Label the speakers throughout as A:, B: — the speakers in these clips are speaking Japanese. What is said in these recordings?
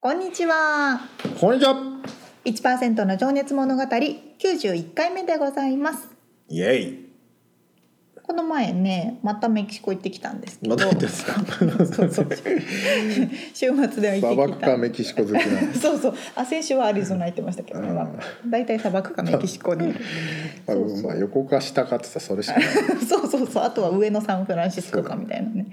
A: こんにちは
B: こんにちは。
A: 1%の情熱物語91回目でございます
B: イエイ。
A: この前ねまたメキシコ行ってきたんですけど
B: またです か。
A: そうそう週末では行
B: バ
A: って
B: バ
A: き
B: ッカ
A: た
B: メキシコ好きな。
A: そうそうあ先週はアリゾナ行ってましたけどね、
B: うん
A: まあ大体砂漠かメキシコに
B: まあ
A: そうそう
B: まあ横か下かって言ったらそれしかない。
A: そうそうそうあとは上のサンフランシスコかみたいなね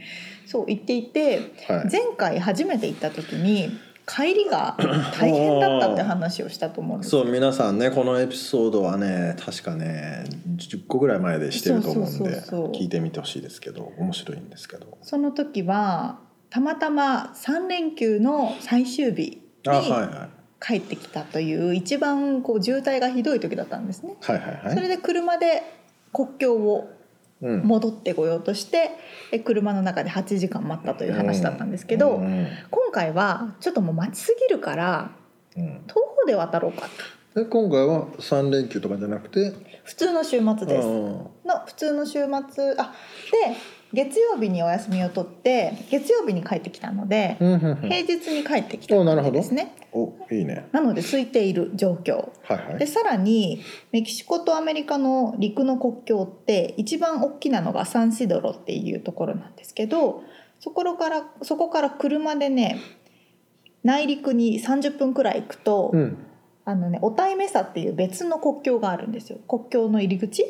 A: そう行っていて
B: はい。
A: 前回初めて行った時に帰りが大変だったって話をしたと思うんですよ
B: そう皆さんねこのエピソードはね確かね10個ぐらい前でしてると思うん
A: そうそう
B: で
A: そうそう
B: 聞いてみてほしいですけど面白いんですけど。
A: その時はたまたま3連休の最終日
B: あはいはい
A: に帰ってきたという一番こう渋滞がひどい時だったんですね。
B: はいはい
A: そ
B: は
A: れ
B: い。
A: で車で国境を
B: うん
A: 戻ってこようとしてえ車の中で8時間待ったという話だったんですけ
B: う
A: ど
B: ん
A: 今回はちょっともう待ちすぎるから
B: うん
A: 徒歩で渡ろうか
B: で今回は三連休とかじゃなくて。
A: 普通の週末ですの普通の週末あで月曜日にお休みを取って月曜日に帰ってきたので
B: うんうんうん
A: 平日に帰ってきた
B: おなる
A: ん
B: ほど
A: ですね
B: おいいね。
A: なので空いている状況
B: はいは
A: で
B: い。
A: さらにメキシコとアメリカの陸の国境って一番大きなのがサンシドロっていうところなんですけどそこからそこから車でね内陸に30分くらい行くと、
B: うん。
A: あのねオタイメサっていう別の国境があるんですよ国境の入り口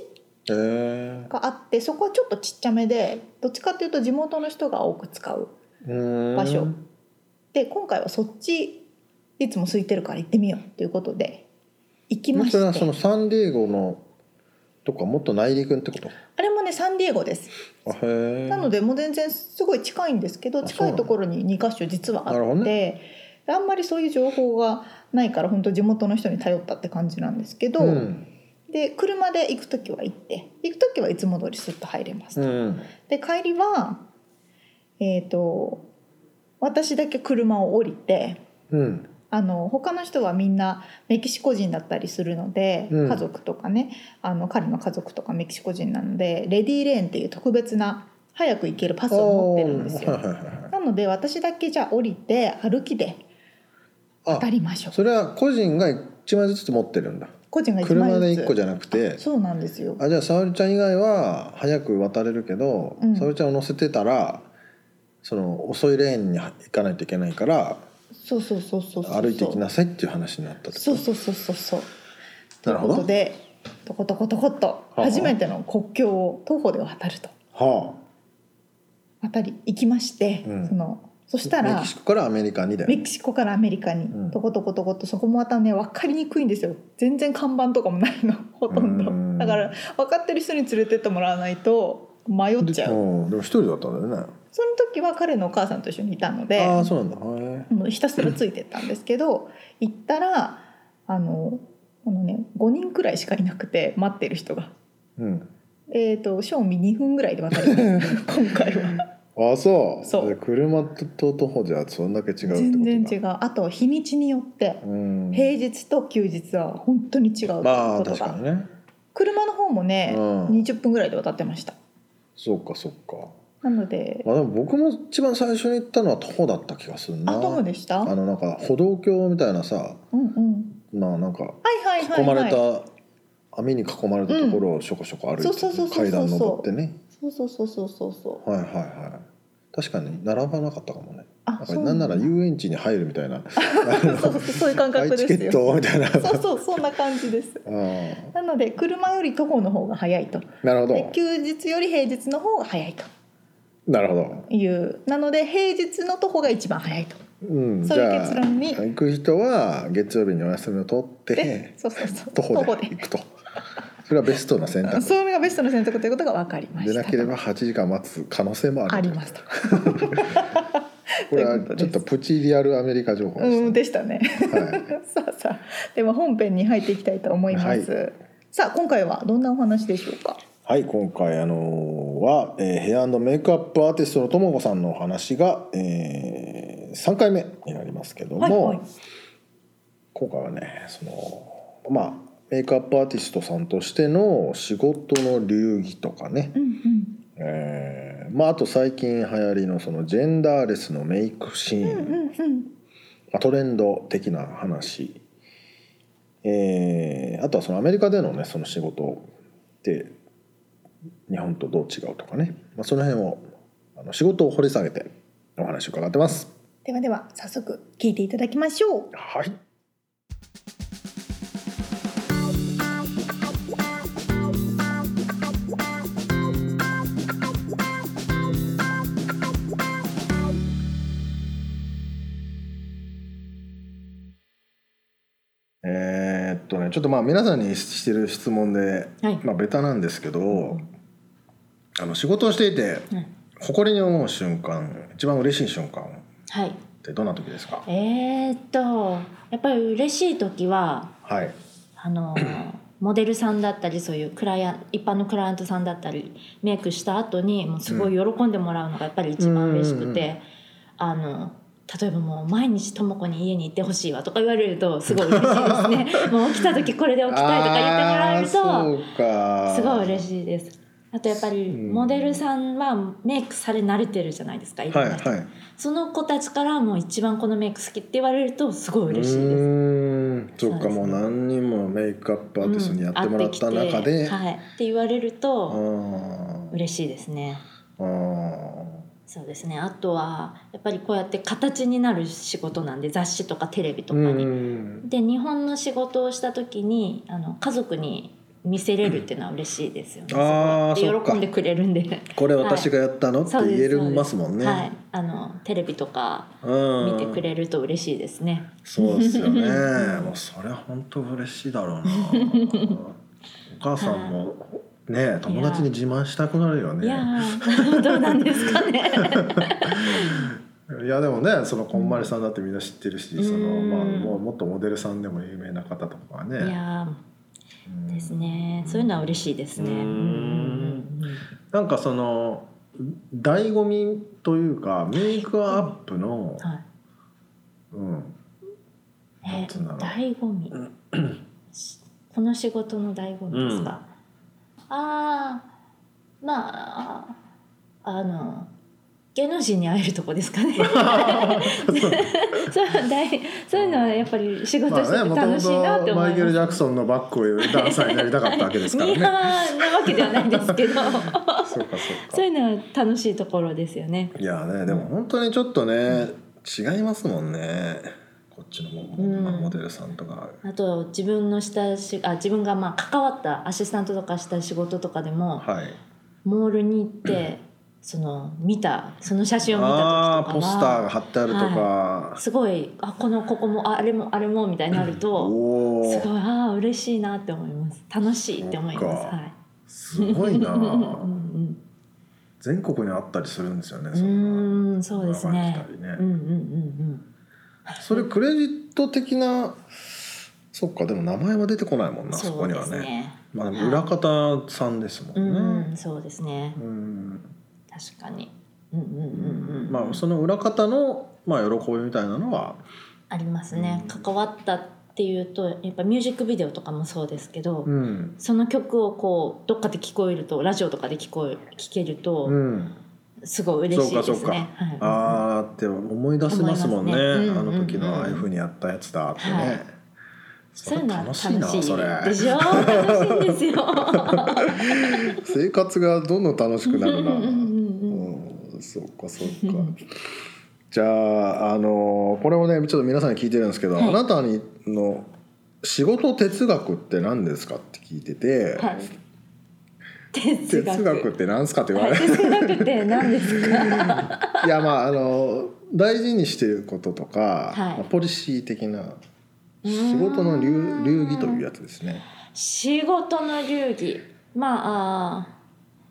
B: ええ。
A: があってそこはちょっとちっちゃめでどっちかっていうと地元の人が多く使う
B: 場
A: 場所で今回はそっちいつも空いてるから行ってみようということで行きまし
B: それは
A: て
B: そのサンディエゴのとかもっと内陸ってこと
A: あれもねサンディエゴです
B: あへえ
A: なのでもう全然すごい近いんですけど
B: あ
A: 近いところに2か所実はあ
B: なるほ
A: っ
B: ど
A: て、あんまりそういう情報がないから本当地元の人に頼ったって感じなんですけど、
B: うん
A: で車で行く時は行って行く時はいつも通りスッと入れます、
B: うん
A: で帰りはえっ、と私だけ車を降りて
B: うん
A: あの他の人はみんなメキシコ人だったりするので、
B: うん
A: 家族とかねあの彼の家族とかメキシコ人なのでレディーレーンっていう特別な早く行けるパスを持ってるんです
B: あ
A: よ
B: ーはいはいはいはい
A: なので私だけじゃあ降りて歩きで
B: あ
A: 渡りましょう
B: それは個人が1枚ずつ持ってるんだ
A: 個人が一枚
B: 車で
A: ず
B: 1個
A: つ
B: じゃなくて
A: そうなんですよ
B: あじゃあ沙織ちゃん以外は早く渡れるけど
A: うん
B: 沙織ちゃんを乗せてたらその遅いレーンに行かないといけないから
A: そうそうそうそうそう
B: 歩いてきなさいっていう話になったってこと
A: そうそうそうそうそう
B: なるほど
A: ということでとことことこっと
B: あはあ
A: 初めての国境を徒歩で渡ると
B: は
A: 渡り行きまして、
B: うん
A: そのそした
B: あメ
A: ら
B: キシコからアメリカにだよ
A: メ
B: ね
A: キシコからアメリカに、
B: うん
A: とことことことそこもまたね分かりにくいんですよ全然看板とかもないの ほとんど
B: うん
A: だから分かってる人に連れてってもらわないと迷っちゃう
B: うんでも一人だったんだよね
A: その時は彼のお母さんと一緒にいたので
B: ああそうなんだへえ
A: もうひたすらついてったんですけど行ったらあのこのね5人くらいしかいなくて待ってる人が。
B: うん
A: えー、と賞味2分ぐらいで渡りま した今回は
B: あそう
A: そう
B: で車と徒歩じゃそんだけ違うってことだ
A: 全然違うあと日にちによって
B: うん
A: 平日と休日は本当に違うこと
B: まあ
A: が、
B: 確かにね
A: 車の方もね、
B: うん
A: 20分ぐらいで渡ってました
B: そうかそうか
A: なので
B: まあでも僕も一番最初に行ったのは徒歩だった気がするな
A: あ徒歩でしたう
B: あ
A: ん
B: のなんか歩道橋みたいなさ
A: うん
B: まあなんか
A: はいはいはい、はい、
B: 囲まれた、網に囲まれたところをちょこちょこ歩いて
A: そうそうそうそうそう
B: 階段登ってね
A: そうそうそうそうそうそう
B: はいはいはい確かに並ばなかったかもね
A: あ
B: なんかなんなら遊園地に入るみた いな
A: そうそういう感
B: ハ
A: 覚
B: イチ
A: で
B: ケ
A: す
B: ッ
A: よ。
B: トみたいな
A: そうそうそんな感じです。
B: うん
A: なので車より徒歩の方が早いと。
B: なるほ
A: で
B: ど
A: 休日より平日の方が早いと
B: なるほど、
A: いう。なので平日の徒歩が一番早いと。
B: うん、
A: そういう結論に
B: じゃあ行く人は月曜日にお休みを取っ
A: で
B: て
A: そうそうそう
B: 徒
A: 徒歩
B: 歩で
A: で
B: 行くとそれはベストな選択
A: それがベストの選択ということが分かりまし
B: で
A: た。
B: なければ8時間待つ可能性もある
A: ありますと。というこ
B: これは
A: とです
B: ちょっとプチリアルアメリカ情報で
A: うん
B: し
A: でしたね。
B: た、はい、
A: さあさあでは本編に入っていきたいと思います。さあ今回はどんなお話でしょうか。
B: はい、今回あのは、えーヘアメイクアップアーティストのともこさんのお話が、え3回目になりますけども、
A: はいはい
B: 今回はねそのまあメイクアップアーティストさんとしての仕事の流儀とかね、
A: うんうん
B: えーまあ、あと最近流行りのそのジェンダーレスのメイクシーン、
A: うんうんうん
B: まあ、トレンド的な話、えーあとはそのアメリカでのねその仕事って日本とどう違うとかね、まあ、その辺をあの仕事を掘り下げてお話を伺ってます。
A: ではでは早速聞いていただきましょう。
B: はいえーっとねちょっとまあ皆さんにしてる質問で、
A: はい
B: まあベタなんですけど、あの仕事をしていて誇りに思う瞬間一番嬉しい瞬間っ
C: はい。
B: てどんな時ですか
C: えーっとやっぱり嬉しい時は
B: はい
C: あのモデルさんだったりそういうクライアン一般のクライアントさんだったりメイクした後にもうすごい喜んでもらうのがやっぱり一番嬉しくて、
B: うんうんう
C: あの例えばもう毎日ともこに家に行ってほしいわとか言われるとすごい嬉し いですねもう起きた時これで起きたいとか言ってもらえる
B: あ
C: と
B: ーそうか
C: すごい嬉
B: し
C: しいです。あとやっぱり
B: うん
C: モデルさんはメイクされ慣れてるじゃないですかいろ
B: は
C: ん
B: い
C: な
B: は
C: 人
B: い
C: その子たちからも一番このメイク好きって言われるとすごい嬉しいうで
B: ー
C: す。
B: んそっか
C: そうですね
B: もう何人もメイクアップアーティストにやってもらった
C: うん会
B: 中
C: きて
B: で、あ
C: はい、って言われると
B: ー
C: 嬉しいですね。
B: あー
C: そうですね。あとはやっぱりこうやって形になる仕事なんで雑誌とかテレビと
B: う
C: かに。
B: ん
C: で日本の仕事をした時にあの家族に見せれるっていうのは嬉しいですよね。
B: あー
C: すごい
B: そっか
C: で喜んでくれるんで。
B: これ私がやったのって
C: そうで
B: 言え
C: すそうで
B: ますもんね、
C: はい、あのテレビとか
B: うん
C: 見てくれると嬉しいですね。
B: そうですよねもうそれは本当嬉しいだ ろうなお母さんもね友達に自慢したくなるよね
C: いやー どうなんですか ね。
B: いやでもねそのこんまりさんだってみんな知ってるし、
C: うん
B: そのまあ、
C: うん
B: もうもっとモデルさんでも有名な方とかはいね
C: やー
B: うん
C: ですね。そういうのは嬉しいですね。
B: う
C: うんん
B: なんかその醍醐味というかメイクアップの、
C: はい。
B: うん、な
C: え
B: んつうんだろう
C: 醍醐味。この仕事の醍醐味ですか。ああ、まああの芸能人に会えるとこですか ね。 そう大そういうのはやっぱり仕事
B: まあ
C: して
B: ね
C: て
B: もと
C: 楽しいなっ
B: も
C: て
B: と
C: 思
B: マイケル・
C: い
B: ジ
C: ま。
B: ャクソンのバックをダンサーになりたかったわけですす
C: い
B: か
C: や
B: ら
C: ーな
B: ね。
C: わけではないですけど、
B: そうかそう
C: そう
B: か
C: いうのは楽しいところですよね。
B: いやねでも本当にちょっとね、違いますもんねこっちのも、
C: うん
B: まあモデルさんとか。
C: あと自分のしたしあ自分がまあ関わったアシスタントとかした仕事とかでも、
B: はい、
C: モールに行ってその見たその写真を見た
B: ああー
C: 時
B: ポ
C: と
B: ス
C: か
B: ター
C: は
B: が貼ってあるとか、
C: すごいあこのここもああれもあれもみたいになると
B: おお
C: すごいああ嬉しいなって思います楽しいって思います
B: そっか
C: はい
B: すごいな
C: うんうん
B: 全国にあったりするんですよね
C: うんうんうーんそうですね
B: 流れて
C: う
B: た
C: ん
B: りね
C: うんうん
B: それクレジット的なそっかでも名前は出てこないもん
C: う
B: なんそこ
C: そう
B: に
C: で
B: は
C: す
B: ね
C: ね
B: まあ、
C: はい
B: 裏方さんですも
C: うんんう
B: ね
C: んそうですね
B: うん、
C: 確かにうんうんうんうん
B: まあその裏方のまあ喜びみたいなのは
C: ありますね
B: うん
C: 関わったっていうとやっぱミュージックビデオとかもそうですけど、
B: うん
C: その曲をこうどっかで聞こえるとラジオとかで聞こえ聞けると
B: うん
C: すごい嬉しいです
B: そうか
C: ね。はい
B: あーって思い出せますもんね
C: 思いますねうん
B: あの時
C: うんう
B: の
C: ん
B: ああいうふうにやったやつだってね、
C: はい
B: そ
C: そう
B: れ
C: いうのは
B: 楽
C: 楽
B: しいな
C: しい
B: それ
C: でしょ楽しいんですよ。
B: 生 活がどんどん楽しくなるな
C: うんうんうんうん
B: うんそうかそうかじゃあ、あのこれをねちょっと皆さんに聞いてるんですけど、
C: はい
B: あなたにの仕事哲学って何ですかって聞いてて、
C: はい。哲学。
B: 哲学って何ですかって言わ
C: は
B: れ
C: い
B: て、
C: 哲学って何ですか。
B: い、やまああの大事にしてることとか、
C: はい
B: まあポリシー的な
C: うーん
B: 仕事の流流儀というやつですね。
C: 仕事の流儀。まああ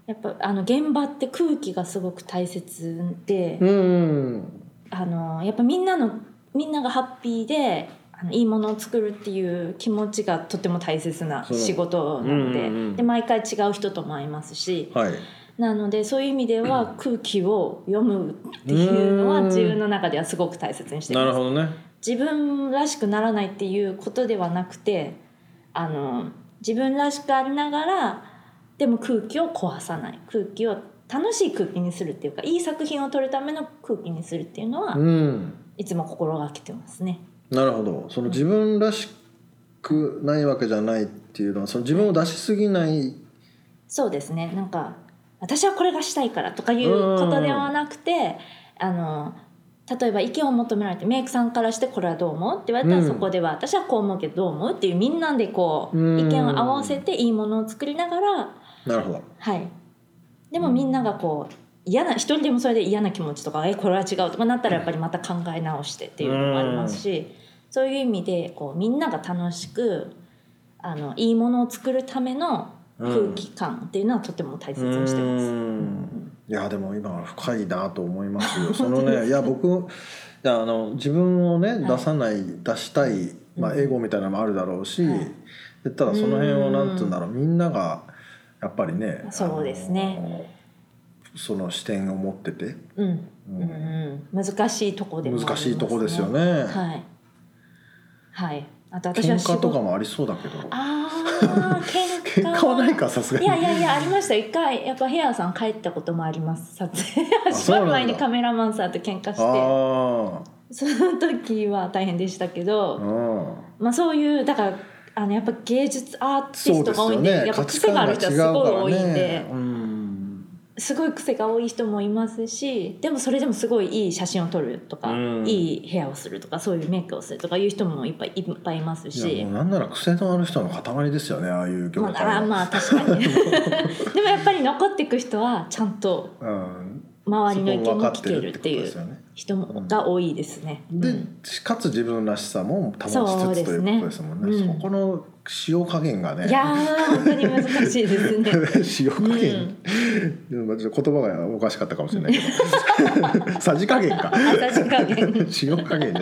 C: ー、やっぱあの現場って空気がすごく大切で、
B: うん、
C: あのやっぱみんなのみんながハッピーで。あのいいものを作るっていう気持ちがとても大切な
B: そう
C: 仕事なので,、
B: うんうんうん
C: で毎回違う人とも会いますし、
B: はい。
C: なのでそういう意味では空気を読むっていうのは
B: うん
C: 自分の中ではすごく大切にしています
B: どね。
C: 自分らしくならないっていうことではなくてあの自分らしくありながらでも空気を壊さない空気を楽しい空気にするっていうかいい作品を撮るための空気にするっていうのは、
B: うん、
C: いつも心がけてますね。
B: なるほど。その自分らしくないわけじゃないっていうのは、その自分を出しすぎない。
C: そうですねなんか私はこれがしたいからとかいうことではなくてあの例えば意見を求められてメイクさんからしてこれはどう思うって言われたら、
B: うん
C: そこでは私はこう思うけどどう思うっていうみんなでこう、
B: うん
C: 意見を合わせていいものを作りながら
B: なるほど。
C: はいでもみんながこう嫌な一人でもそれで嫌な気持ちとかえこれは違うとかなったらやっぱりまた考え直してっていうのもありますし、そういう意味でこうみんなが楽しくあのいいものを作るための空気感っていうのはとても大切にしてます。
B: うんいやでも今深いなと思います よ。そのねいや僕いやあの自分をね
C: い
B: 出さない、出したいまあ
C: うん
B: エゴみたいなのもあるだろうし、
C: はい
B: でただその辺をなんつうんだろうみんながやっぱりね
C: そうですね
B: あのその視点を持ってて
C: うん、うんうん、難しいとこでもありま
B: 難
C: す、
B: しいとこですよね。
C: はい。はい。あと私
B: 喧
C: は仕
B: 嘩
C: 事
B: とかもありそうだけど。
C: ああ、喧
B: 喧
C: 嘩
B: 嘩はないかさすが
C: い
B: に。
C: やいやいやありましたよ一回やっぱヘアさん帰ったこともあります撮影始
B: そうなん
C: ま
B: だ
C: る前にカメラマンさんと喧嘩して
B: あ
C: その時は大変でしたけ
B: あ、
C: ど、
B: うん。
C: まあそういうだからあのやっぱ芸術アーティストが多いんでやっぱ
B: 価値
C: 癖
B: 観
C: があ
B: が違
C: る
B: う
C: 人
B: から
C: はすごい多いんで、
B: ねうん
C: すごい癖が多い人もいますしでもそれでもすごいいい写真を撮るとか、
B: うん
C: いいヘアをするとかそういうメイクをするとかいう人もいっぱいいっぱいいますし。
B: いやもうなんなら癖のある人の塊ですよねああいう業
C: ま
B: 界
C: あ、あ
B: は、
C: まあ確かに でもやっぱり残っていく人はちゃんと
B: うん、
C: 周りの意見
B: そこを分
C: も
B: か
C: 聞
B: っ
C: け
B: て
C: る
B: る
C: っ
B: ってて
C: い
B: ことです
C: う
B: よね
C: 人もが多いですね。
B: で、
C: うん
B: かつ自分らしさも保ちつ
C: そう
B: つ
C: で
B: とい
C: す
B: う
C: ね
B: ことですもんねそ
C: うん
B: この塩加減がね
C: い やー本当に難しいですね。
B: 塩加減、まあちょっと言葉がおかしかったかもしれないけど さじ加減か
C: あさじ加減
B: 塩加減ね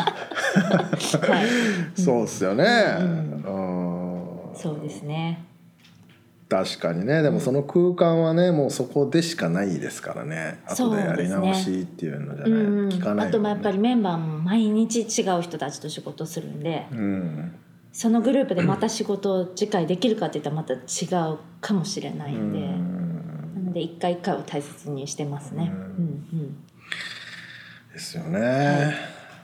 C: はい、
B: そうっすよね、
C: う
B: うん
C: そうですね。
B: 確かにねでもその空間はね、もうそこでしかないですからね後でやり直しっていうのじゃない、
C: うん
B: 聞かない
C: あとまあやっぱり
B: ね
C: メンバーも毎日違う人たちと仕事するんで
B: うん
C: そのグループでまた仕事を次回できるかっていったらまた違うかもしれな
B: う
C: いんで、
B: ん
C: なので一回一回を大切にしてますね。
B: う
C: うん
B: ですよね、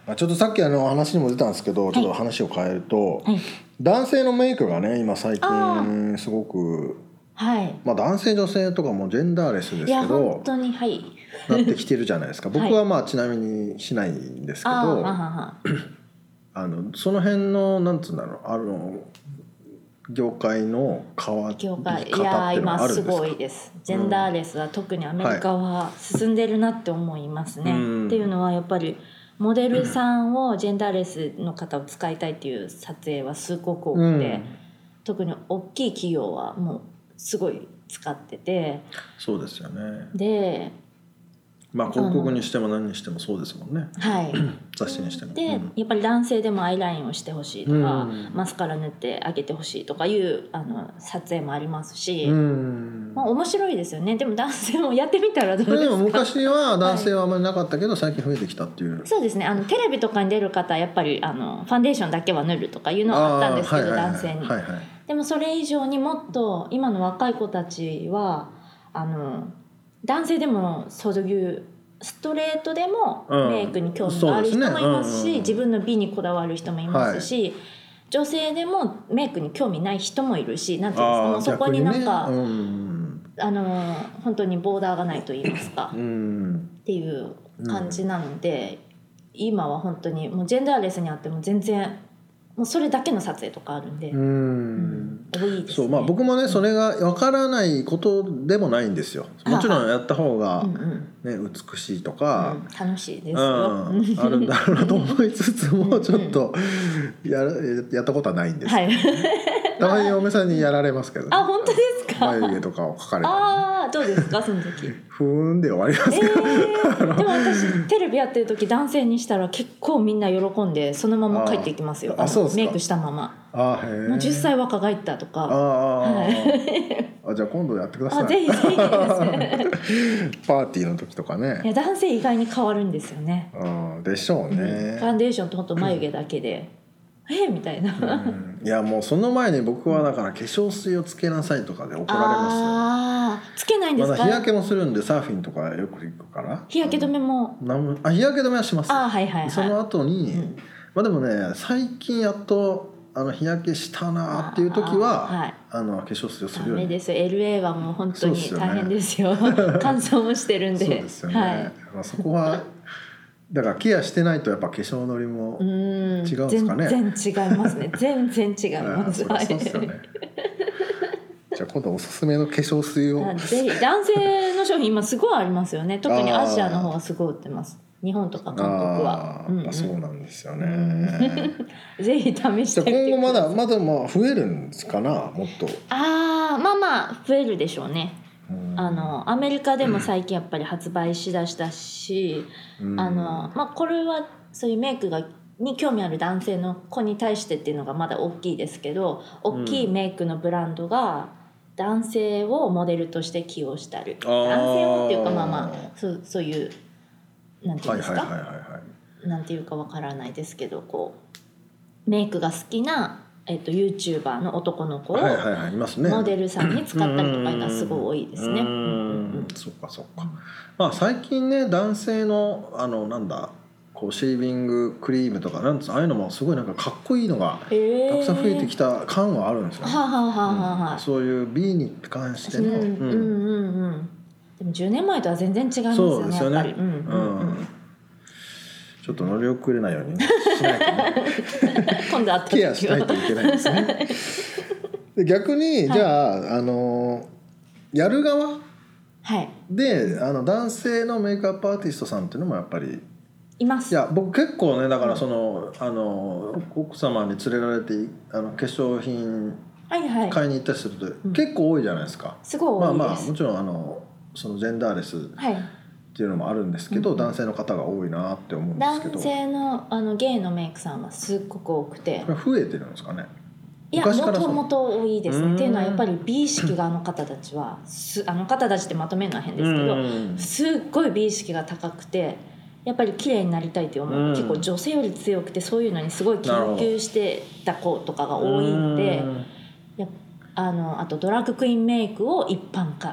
B: まあ、ちょっとさっきあの話にも出たんですけどちょっと話を変えると、
C: うん、はい、
B: 男性のメイクがね今最
C: あ
B: 近すごく
C: はい
B: まあ、男性女性とかもジェンダーレスです
C: い
B: け
C: や本
B: ど
C: 当にはい。
B: なってきてるじゃないですか
C: はい
B: 僕はまあちなみにしないんですけど、
C: あーあーあー
B: あのその辺のなんつうんだろうあの業界の変わり
C: 業
B: 方っ
C: 界
B: て
C: い
B: いうの
C: や
B: は
C: ー
B: あ
C: 今
B: るんで
C: す
B: す
C: ご
B: か
C: いです。ジェンダーレスは特にアメリカは進んでるなって思いますね。
B: うん
C: っていうのはやっぱりモデルさんをジェンダーレスの方を使いたいっていう撮影はすごく多
B: う
C: くて、
B: ん、
C: 特に大きい企業はもうすごい使ってて
B: そうですよね
C: で
B: まあ広告にしても何にしてもそうですもんね
C: はい。
B: 雑誌にしても
C: で、
B: うん
C: やっぱり男性でもアイラインをしてほしいとか、
B: うん
C: マスカラ塗ってあげてほしいとかいうあの撮影もありますし、
B: うん
C: まあ面白いですよねでも男性もやってみたらどうで
B: ですも
C: か
B: 昔は男性はあまりなかったけど最近増えてきたっていう、
C: そうですねあのテレビとかに出る方はやっぱりあのファンデーションだけは塗るとかいうのはあったんですけど、
B: ーはいはいはい
C: 男性に、
B: はいはい
C: でもそれ以上にもっと今の若い子たちはあの男性でもそういうストレートでも
B: うん
C: メイクに興味がある人もいます
B: そ
C: し、
B: うですねうんうんうん
C: 自分の美にこだわる人もいますし、女性でもメイクに興味ない人もいるしなんていうんですかも
B: あ
C: う
B: ー
C: そこになんか、
B: 逆にねうん
C: あの本当にボーダーがないと言いますか
B: うん
C: っていう感じなので、今は本当にもうジェンダーレスにあっても全然もうそれだけの撮影とかあるんで、
B: うん
C: うん多いです、ね、
B: そうまあ僕もねそれが分からないことでもないんですよもちろんやった方が
C: うん、うん
B: ね美しいと
C: う
B: か、
C: ん、楽しいで
B: うん、
C: すよ。
B: あるんだろうなと思いつつもちょっとやらやったことはないんです、
C: はい。
B: たまに嫁さんにやられますけど、ね
C: あ本当ですか。
B: 眉毛とかを描かれたりね
C: ああどうですかその 時。
B: ふーんで終わります
C: えー、でも私テレビやってる時男性にしたら結構みんな喜んでそのまま帰っていきますよ
B: あーあそうですか
C: メイクしたまま
B: あーへえ
C: もう10歳若返ったと
B: あ
C: か
B: ーあーあじゃあ今度やってください
C: あぜひぜひで
B: パーティーの時とか
C: すいや
B: ね
C: 男性意外に変わるんですよね
B: うんでしょうね、
C: ファンデーションとほんと眉毛だけで、えみたい な、
B: うんいやもうその前に僕はだから化粧水をつけなさいとかで怒られま
C: ああつけないん
B: す
C: で
B: よ。
C: す
B: ま
C: か、
B: だ日焼けもするんでサーフィンとかよく行くから。
C: 日焼け止めも、
B: うん。なんもあ日焼け止めはします。
C: ああはいはいはい
B: その後に、
C: うん
B: まあでもね最近やっとあの日焼けしたなっていう時は
C: あーはい
B: あの化粧水をす
C: ダ
B: るよう
C: メ
B: に。
C: ですよ LA はもう本当
B: そうで
C: に
B: すよね
C: 大変で すよ乾燥もしてるんで
B: そうですよね。
C: はい、う
B: まあそこはだからケアしてないとやっぱ化粧のりも。
C: ーん
B: 違うんですかね
C: 全然違 いますね全然違い
B: あ
C: ま
B: ー
C: す
B: そりゃそうですよね。じゃあ今度おすすめの化粧水を
C: はい。ぜひ男性の商品今すごいありますよね特にアジアの方はすごい売ってます日本とか韓国は
B: あ、ー
C: うん
B: やっ
C: う
B: ぱそうんなんですよね。
C: ぜひ試し
B: じ
C: て
B: ゃあ
C: みて
B: 今後
C: く
B: ま
C: ださい
B: だまだまあ増えるんですかなもっと。
C: ああまあまあ増えるでしょうね
B: うん
C: あのアメリカでも最近やっぱり発売しだしたし、
B: うん
C: あのまあ、これはそういうメイクがに興味ある男性の子に対してっていうのがまだ大きいですけど大きいメイクのブランドが男性をモデルとして起用したり、
B: あー
C: 男性をっていうかまあまあそうそういうなんていう
B: は
C: ん
B: い
C: です
B: はい
C: か、
B: はいはいはい。
C: なんていうかわからないですけどこうメイクが好きな、えっと、YouTuber の男の子を
B: はいはいはいいますね。
C: モデルさんに使ったりとかいうのはすごい多いですね。
B: う
C: うんんうん
B: そうかそうか。まあ最近ね男性のあのなんだこうシェービングクリームとかなんつああいうのもすごいなんかかっこいいのが
C: え
B: た
C: ー
B: くさん増えてきた感はあるんですよね。
C: はあ、はあはあはあはあ
B: うんそういう美に関して
C: うん
B: の。
C: うんうんうんでも10年前とは全然違いますよ
B: そう
C: ね
B: ですよ
C: やっぱ
B: ね
C: り。うんうんうん
B: ちょっと乗り遅れないよう にねしないとね
C: 今度会った時
B: ケアしないといけないですね。で逆にじゃあ、あのやる側
C: はい
B: であの男性のメイクアップアーティストさんっていうのもやっぱり
C: います
B: いや僕結構ねだからそのあの奥様に連れられてあの化粧品
C: はいはい
B: 買いに行ったりすると、
C: ん
B: 結構多いじゃないですか。
C: すご
B: ま
C: い
B: あ
C: 多い
B: ま
C: で
B: あ
C: す、
B: もちろんあのそのジェンダーレスっ
C: はい
B: ていうのもあるんですけど、
C: うん
B: 男性の方が多いなって思うんですけど
C: 男性のあのゲイのメイクさんはすっごく多くて
B: これ増えてるんですかね
C: いや
B: 昔か
C: も
B: らそ
C: と
B: う
C: もと多いです
B: うーん
C: ねっていうのはやっぱり美意識があの方たちはすあの方たちってまとめるのは変ですけど
B: うん
C: すっごい美意識が高くてやっぱり綺麗になりたいって思う、
B: うん
C: 結構女性より強くてそういうのにすごい研究してた子とかが多いんで
B: うん
C: やっあのあとドラッグクイーンメイクを一般化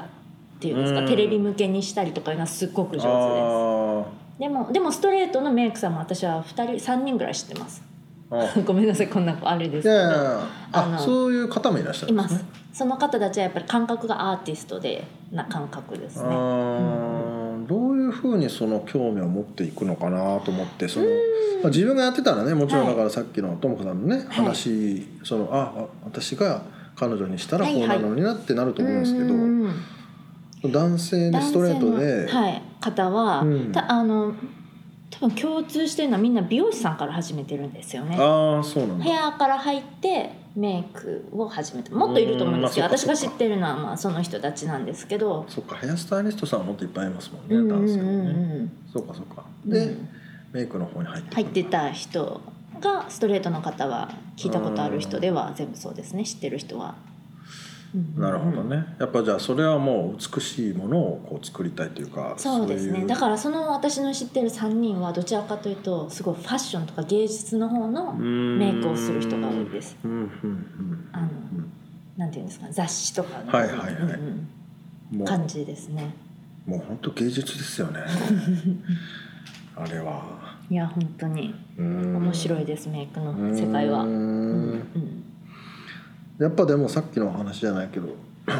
C: っていうんですか、
B: うん
C: テレビ向けにしたりとかいうのはすっごく上手で
B: あ
C: すでもでもストレートのメイクさんも私は2人3人ぐらい知ってます
B: ーあ
C: ごめんなさいこんな子あれです
B: い
C: けど
B: やいやいや
C: あ
B: あ
C: の
B: そういう方もいらっしゃる
C: い
B: んで
C: ますす
B: ね
C: その方たちはやっぱり感覚がアーティストでな感覚です
B: あ
C: ね
B: ーどういうふうにその興味を持っていくのかなと思ってその、まあ、自分がやってたらねもちろん
C: は
B: だ
C: い
B: からさっきのともこさんのね、話そのああ私が彼女にしたらこうなのになってなると思うんですけど、
C: うんうん
B: 男性でストレートで
C: 男性のはい、方は、
B: うん
C: たあの多分共通してるのはみんな美容師さんから始めてるんですよね
B: ああそうなんだ
C: ヘアから入ってメイクを始めてもっといると思うんですけど、
B: うんまあ
C: 私
B: そうか
C: が
B: そ
C: 知
B: うか
C: ってるのはまあその人たちなんですけど、
B: そっかヘアスタイリストさんはもっといっぱいいますもんね、
C: うんうん
B: 男
C: う
B: 性も
C: ん
B: ね
C: うん
B: そうかそうか
C: うん
B: で、メイクの方に入ってく
C: 入
B: る
C: ってた人がストレートの方は聞いたことある人では全部そうですね知ってる人は。うんうん
B: なるほどねやっぱじゃあそれはもう美しいものをこう作りたいというか
C: そうですね
B: い
C: だからその私の知ってる3人はどちらかというとすごいファッションとか芸術の方のメ
B: メ
C: イクをする人が多いです。
B: うんうん
C: あの、なんていうんですか雑誌とかの、
B: はいはいはい
C: うん
B: うん
C: う
B: も
C: ん
B: う
C: 感じですね
B: もう本当芸術ですよ ねあれはい
C: や本当に
B: 面
C: 面白いです、メイクの世界は、うんうん
B: やっぱでもさっきの お話じゃないけど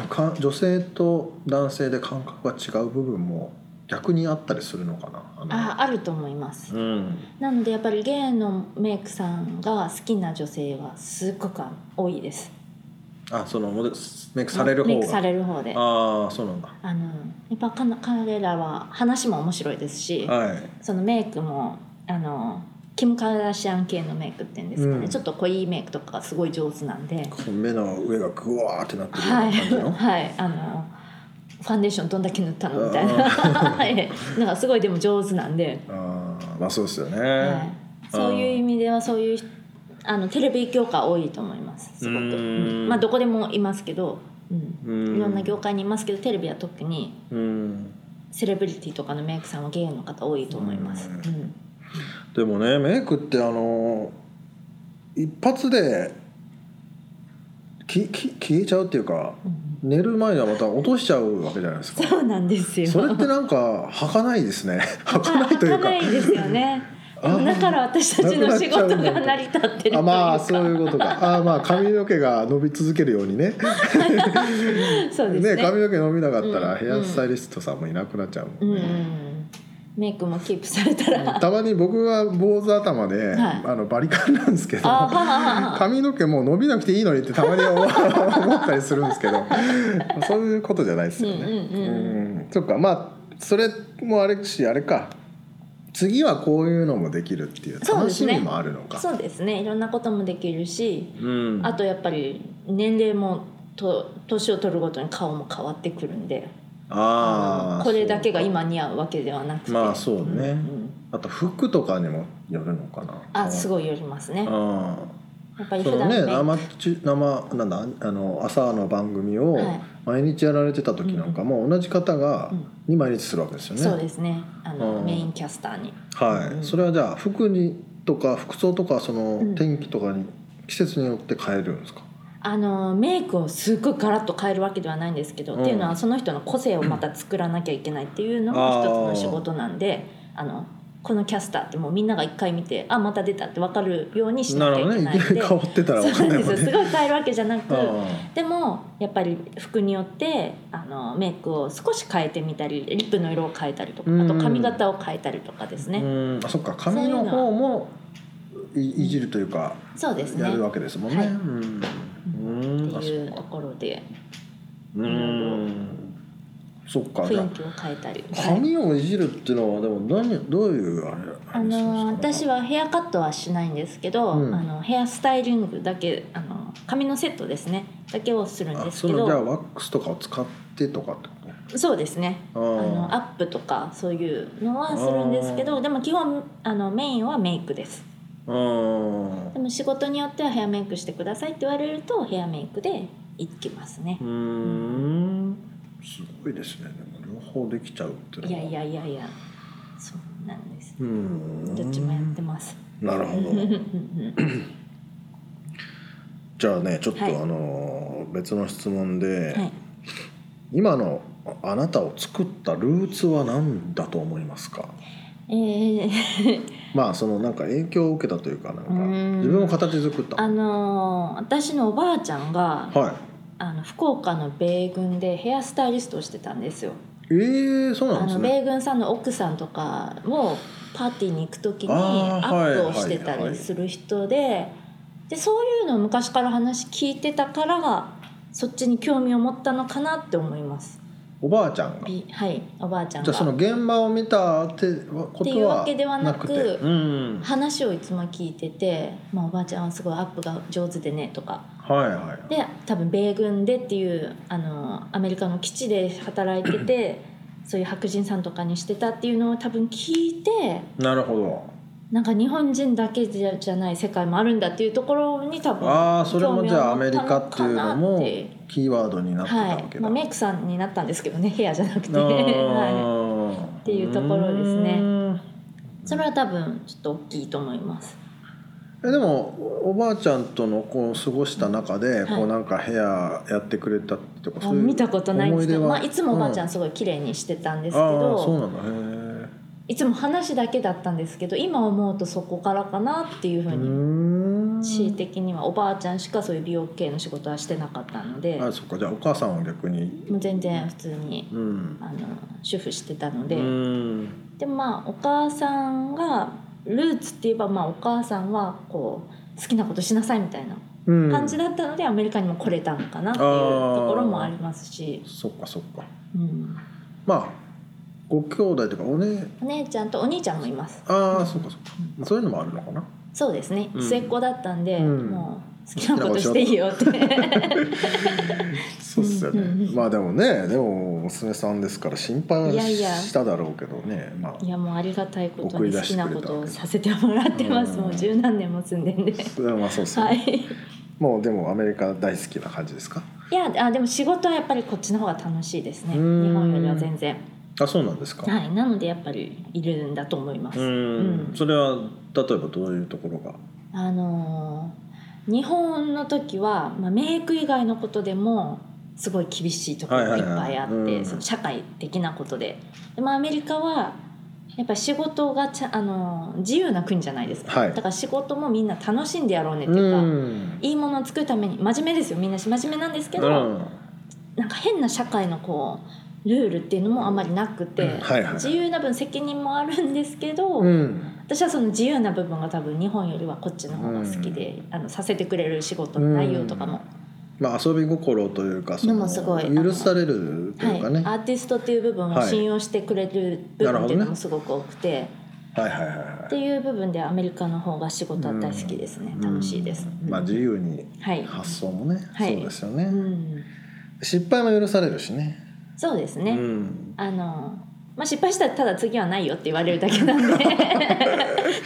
B: か女性と男性で感覚が違う部分も逆にあったりするのかなあの
C: ああると思います、
B: うん
C: なのでやっぱりゲイのメイクさんが好きな女性はすっごく多いです
B: あそのモデルメイクされる
C: メ
B: 方
C: イクさ
B: が
C: れる方であ
B: ああそうなんだ
C: のやっぱかな彼らは話も面白いですし
B: はい
C: そのメイクもあのキム・カラシアン系のメイクっていうんですかね、
B: うん
C: ちょっと濃いメイクとかがすごい上手なんで、
B: こう目の上がグワーってなってるようない感じ
C: は、
B: の、
C: はい、あのファンデーションどんだけ塗ったのみたいな、
B: あー
C: はい、なんかすごいでも上手なんで、
B: ああまあそうですよね、
C: はい、そういう意味ではそういうあのテレビ業界多いと思いますすごく、
B: うーん
C: まあどこでもいますけど、うん
B: うん
C: いろんな業界にいますけどテレビは特に
B: うん
C: セレブリティとかのメイクさんはゲイの方多いと思います。
B: う
C: うんん
B: でもねメイクってあの一発できき消えちゃうっていうか
C: うん
B: 寝る前にはまた落としちゃうわけじゃないですか
C: そうなんですよ
B: それってなんか儚かないですね 儚かないというか
C: 儚いですよね。 でもだから私たちの仕事が成り立ってるというか。
B: あまあそういうことかあまあ髪の毛が伸び続けるようにね
C: そうです
B: ね
C: ね。
B: 髪の毛伸びなかったら
C: うん
B: ヘアスタイリストさんもいなくなっちゃう
C: う
B: もん
C: ん
B: ね、
C: うん。メイクもキープされた ら。
B: たまに僕は坊主頭で、
C: はい
B: あのバリカンなんですけど
C: あはははは。
B: 髪の毛もう伸びなくていいのにってたまに思思ったりするんですけ どそういうことじゃないですよね。
C: うんうんうん
B: うんそっかまあそれもあれしあれか次はこういうのもできるっていう
C: そう
B: 楽
C: です
B: し
C: ね
B: みもあるのか。
C: そうですね。いろんなこともできるし、
B: うん
C: あとやっぱり年齢もと年を取るごとに顔も変わってくるんで、
B: あー
C: これだけが
B: そうか
C: 今似合うわけではなくて。
B: まあそうね
C: んん
B: あと服とかにもよるのかな。
C: あ、す
B: い。
C: ごいよりますね。
B: あー
C: やっぱり
B: そ
C: 普
B: の
C: 段
B: ね
C: メイク
B: 生中生なんだあの朝の番組を
C: はい
B: 毎日やられてた時なんかも同じ方が
C: うん
B: に毎日するわけですよね。
C: そうですね。あの、
B: うん
C: メインキャスターに。
B: はい、
C: うん
B: それはじゃあ服にとか服装とかそ
C: うん
B: の天気とかに季節によって変えるんですか。
C: あのメイクをすっごいガラッと変えるわけではないんですけど、
B: うん
C: っていうのはその人の個性をまた作らなきゃいけないっていうのも一つの仕事なんであのこのキャスターってもうみんなが一回見てあまた出たって分かるようにし
B: な
C: な
B: る
C: き
B: ほ
C: ゃい
B: どね。
C: け
B: い
C: な
B: き
C: いん
B: なり
C: で。
B: 変わってたら
C: そ
B: わか
C: うんな
B: なんい
C: です
B: もん
C: よす
B: ね。
C: ごい変えるわけじゃなく
B: あ
C: でもやっぱり服によってあのメイクを少し変えてみたりリップの色を変えたりとかあと髪型を変えたりとかです
B: ーう
C: ね、
B: ん、あそっか髪の方もいいじるというか
C: そうですね
B: やる
C: っ
B: わけですもんね。
C: はい
B: うんうん、あ
C: て
B: そ
C: いう
B: っ
C: と
B: か。
C: ころで
B: うん、そっか。じゃ
C: 雰囲
B: あ
C: 気を変えたり。はい
B: 髪をいじるっていうのはでも何どういうあれ
C: あの私はヘアカットはしないんですけど、
B: うん
C: あのヘアスタイリングだけあの髪のセットですねだけをするん
B: あ
C: です
B: そ
C: け
B: のじゃあ
C: ど
B: ワックスとかを使ってとかってこと
C: そうですね
B: あ
C: あ
B: ー
C: のアップとかそういうのはするんですけ
B: あ
C: どでも基本あのメインはメイクです
B: うん
C: でも仕事によってはヘアメイクしてくださいって言われるとヘアメイクでいきますね
B: う、ーんすごいですね。でも両方できちゃうっていうの
C: い
B: は
C: やいやいやいやそうなんです
B: うーん。
C: どっちもやってます
B: なるほ
C: うんうんう
B: ど。
C: ん
B: じゃあね、ちょっと、
C: はい
B: あの別の質問で、
C: はい
B: 今のあなたを作ったルーツは何だと思いますか。
C: えー、
B: まあそのなんか影響を受けたというかなんか
C: うーん
B: 自分を形作っ
C: あ
B: た。
C: のー私のおばあちゃんが
B: はい。
C: あの福岡の米軍でヘアスタイリストをしてたんですよ。
B: ええそうな
C: あ
B: んです
C: の
B: ね。
C: 米軍さんの奥さんとかをパーティーに行く時に
B: あ
C: ア
B: ーはい
C: ップをしてたりする人で,、でそういうのを昔から話聞いてたからそっちに興味を持ったのかなって思います。
B: おばあちゃんが。じ
C: びはいおばあちゃん
B: ゃあその
C: が
B: 現場を見たってこ
C: って
B: と
C: いう
B: は
C: わけではなく
B: てうん。
C: 話をいつも聞いてて、まあ、おばあちゃんはすごいアップが上手でねとか
B: はいはい。
C: で多分米軍でっていうあのアメリカの基地で働いてて そういう白人さんとかにしてたっていうのを多分聞いて
B: なるほど。
C: なんか日本人だけじゃじゃない世界もあるんだっていうところに多分
B: ああそれもじゃあア
C: 興味
B: メ
C: を
B: リ
C: 持
B: カ
C: た
B: っていうの
C: かなっ
B: も
C: て
B: キーワードになってた
C: は
B: わけ
C: い、
B: だ、
C: まあ、メイクさんになったんですけどねヘアじゃなくて、
B: あー
C: はていうところですね
B: うーん
C: い、それは多分ちょっと大きいと思います
B: えでもおばあちゃんとのこう過ごした中で、
C: はい
B: こうなんかヘアやってくれたとか
C: あ
B: そういう
C: 見たことないんですけど、
B: 思
C: ま
B: 出は
C: あ、いつもおばあちゃ
B: うん
C: すごい綺麗にしてたんですけ
B: あ
C: ど、
B: あそうなんだへ
C: いつも話だけだったんですけど今思うとそこからかなっていうふ
B: え
C: う
B: うー
C: に
B: ん
C: 私的にはおばあちゃんしかそういう美容系の仕事はしてなかったので、
B: あそっかじゃあお母さんは逆に
C: もう全然普通に
B: うん
C: あの主婦してたので、
B: うん
C: でまあお母さんがルーツって言えば、まあ、お母さんはこう好きなことしなさいみたいな
B: うん
C: 感じだったので、アメリカにも来れたのかなっていうところもありますし、
B: そっかそっか
C: うん、
B: まあご兄弟とかおね
C: お姉ちゃんとお兄ちゃんもいます
B: ああそっかそっかまあそういうのもあるのかな
C: そうですね、
B: うん
C: 末っ子だったんで、
B: うん
C: もう好きなことしていいよって
B: そうっすよね、
C: うんうん
B: まあでもねでも娘さんですから心配はい
C: やいや
B: しただろうけどねまあ
C: いやもうありがたいこと
B: 送り
C: に
B: 出
C: 好
B: してくれ
C: き
B: た
C: なことをさせてもらってます、
B: うん
C: もう十何年も住んでんで
B: それ はまあそうっすよね、
C: はい
B: もうでもアメリカ大好きな感じですか
C: いやあでも仕事はやっぱりこっちの方が楽しいですね日
B: うん
C: 本よりは全然
B: あそうなんですか
C: はいなのでやっぱりいるんだと思います、
B: うん
C: うん
B: それは例えばどういうところが
C: あのー日本の時は、まあ、メイク以外のことでもすごい厳しいところがいっぱいあって、
B: はいはいはいうん
C: その社会的なことでで、まあ、アメリカはやっぱ仕事がちゃ、あのー自由な国じゃないですか、
B: はい
C: だから仕事もみんな楽しんでやろうねっていうか、
B: ん
C: いいものを作るために真面目ですよみんなし真面目なんですけど、なんか変な社会のこうルールっていうのもあんまりなくて、
B: うんはいはい
C: 自由な分責任もあるんですけど、
B: うん
C: 私はその自由な部分が多分日本よりはこっちの方が好きで、あのさせてくれる仕事の内容とかも、
B: まあ遊び心というかそ
C: のもすごいあの
B: 許されると
C: はい
B: いうかね、
C: アーティストっていう部分を
B: はい
C: 信用してくれる部分っていうのもすごく多くて、
B: はい、はいはいはい
C: っていう部分でアメリカの方が仕事は大好きですね、楽しいです、
B: うんまあ自由に
C: はい、
B: 発想もね、
C: はい
B: そうですよね、
C: うん、
B: 失敗も許されるしね
C: そうです
B: う
C: ね、
B: ん
C: あのまあ、失敗したらただ次はないよって言われるだけなん で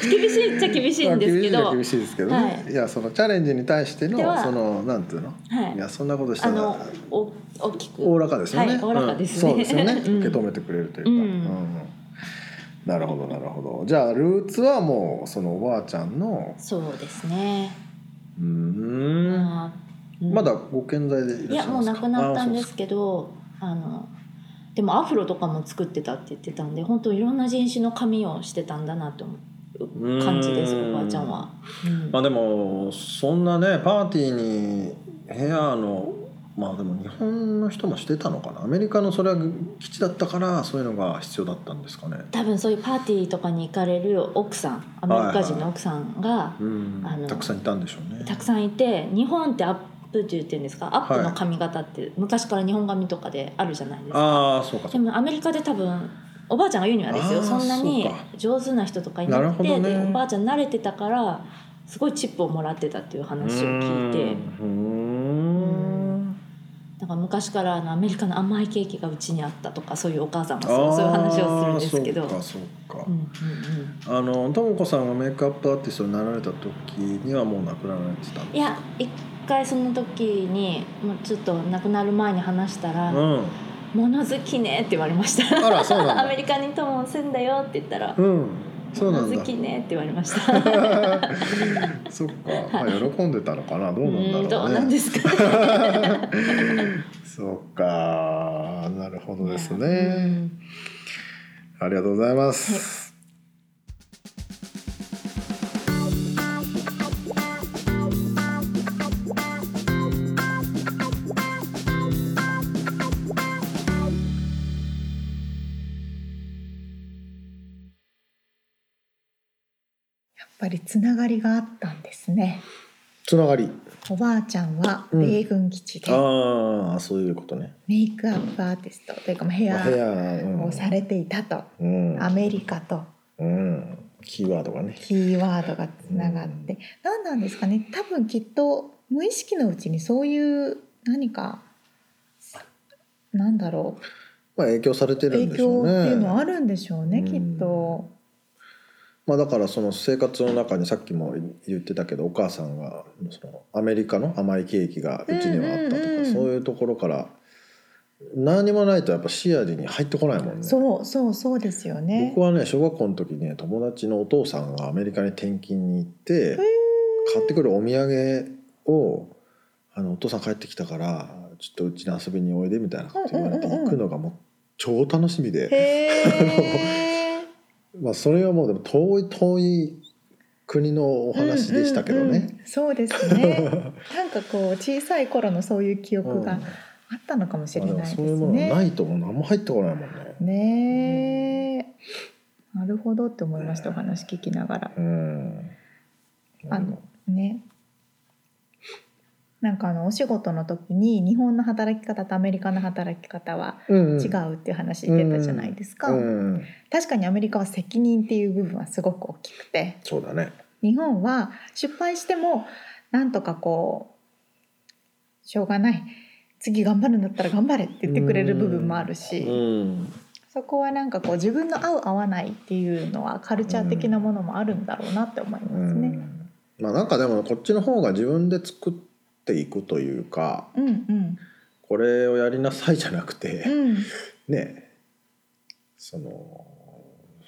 C: 厳しいっちゃ厳しいんですけど、
B: まあ
C: は
B: 厳しいは厳しいですけどね、
C: はい
B: い、やそのチャレンジに対しての
C: では
B: そのなんていうの、い、
C: い、
B: やそんなことした
C: あ
B: ら
C: のお大きく
B: おおらかですよね、
C: はいおおらかです
B: う
C: ね
B: んそうですよね
C: うん
B: 受け止めてくれるというか、
C: うん
B: うんなるほどなるほどじゃあルーツはもうそのおばあちゃんの
C: そうですね、
B: うーん
C: まあうん
B: まだご健在でい
C: い
B: らっ
C: や
B: しゃる
C: も
B: ん
C: う
B: ですか
C: なくなったんで
B: あ
C: すけどあのでもアフロとかも作ってたって言ってたんで本当いろんな人種の髪をしてたんだなと思
B: う
C: う感じです
B: う
C: おばあちゃんは、うん
B: まあでもそんなねパーティーにヘアのまあでも日本の人もしてたのかなアメリカのそれは基地だったからそういうのが必要だったんですかね。
C: 多分そういうパーティーとかに行かれる奥さんアメリカ人の奥さんが、
B: うん
C: あの
B: たくさんいたんでしょうね。
C: たくさんいて日本ってアップって言ってるんですかアップの髪型って昔から日本髪とかであるじゃないですか、
B: ああそうかそ
C: で
B: うか。
C: もアメリカで多分おばあちゃんが言うにはです
B: あ
C: よ
B: ー
C: そんなに
B: そうか
C: 上手な人とかいな
B: なる
C: く
B: ほ
C: て
B: どね
C: でおばあちゃん慣れてたからすごいチップをもらってたっていう話を聞いて
B: うんうん
C: だから昔からあのアメリカの甘いケーキがうちにあったとかそういうお母さんもそうそういう話をするんですけど
B: あーそうかそうか
C: うん。うんうん
B: あのともこさんがメイクアップアーティストになられた時にはもう亡くなられてたん
C: い
B: です
C: や一回その時にもうちょっと亡くなる前に話したら
B: うん。
C: 「物好きね」って言われました
B: あらそうなんだ
C: アメリカに友も住んだよって言ったら
B: うん。そうなん
C: 物
B: だ
C: 好。きねって言われました
B: そっか、まあ、喜んでたのかな、どうなんだろう
C: う
B: ね。
C: んどうなんですかね
B: そっか、なるほどですね。
C: うん
B: ありがとうございます。
A: やっぱりつながりがあったんですね
B: つながり。
A: おばあちゃんは
B: うん
A: 米軍基地で
B: ああ、そういうことね。
A: メイクアップアーティストというかまあヘ
B: まあヘ
A: ア
B: ア、うん
A: をされていたと
B: うん
A: アメリカと
B: うん、キーワードがね。
A: キーワードがつながって何なんですかね多分きっと無意識のうちにそういう何かなんだろう
B: まあ、影響されてるん
A: 影
B: でし
A: 響っ
B: ょう
A: て
B: ね。
A: いうのはあるんでしょうね、
B: うん
A: きっと。
B: まあ、だから、その生活の中に、さっきも言ってたけど、お母さんが。そのアメリカの甘いケーキが、うちにはあったとか、
A: うんうんうん
B: そういうところから。何もないと、やっぱ視野に入ってこないもんね。
A: そうそうそうですよね。
B: 僕はね小学校の時ね友達のお父さんがアメリカに転勤に行って買ってくるお土産をあの「お父さん帰ってきたからちょっとうちに遊びにおいで」みたいなこと言われて
A: うんうんうんうん
B: 行くのがもう超楽しみで、
A: へえ。
B: まあ、それはもうでも遠い遠い国 のお話でしたけどね。
A: うんうんうんそうですね。なんかこう小さい頃のそういう記憶があったのかもしれないです
B: そういうものな
A: ね。
B: いともう何も入ってこないもんね。
A: ねえ、なるほどって思いました。お話聞きながら
B: うん。
A: あのね。なんかあのお仕事の時に日本の働き方とアメリカの働き方は
B: うんうん、
A: 違うっていう話出たじゃないですか、
B: うん、
A: 確かにアメリカは責任っていう部分はすごく大きくて
B: そうだね。
A: 日本は失敗してもなんとかこうしょうがない次頑張るんだったら頑張れって言ってくれる部分もあるし、
B: うん。
A: そこはなんかこう自分の合う合わないっていうのはカルチャー的なものもあるんだろうなって思いますね。
B: まあなんかでもこっちの方が自分で作っていくというか、
A: うんうん
B: これをやりなさいじゃなくて、
A: うん
B: ねその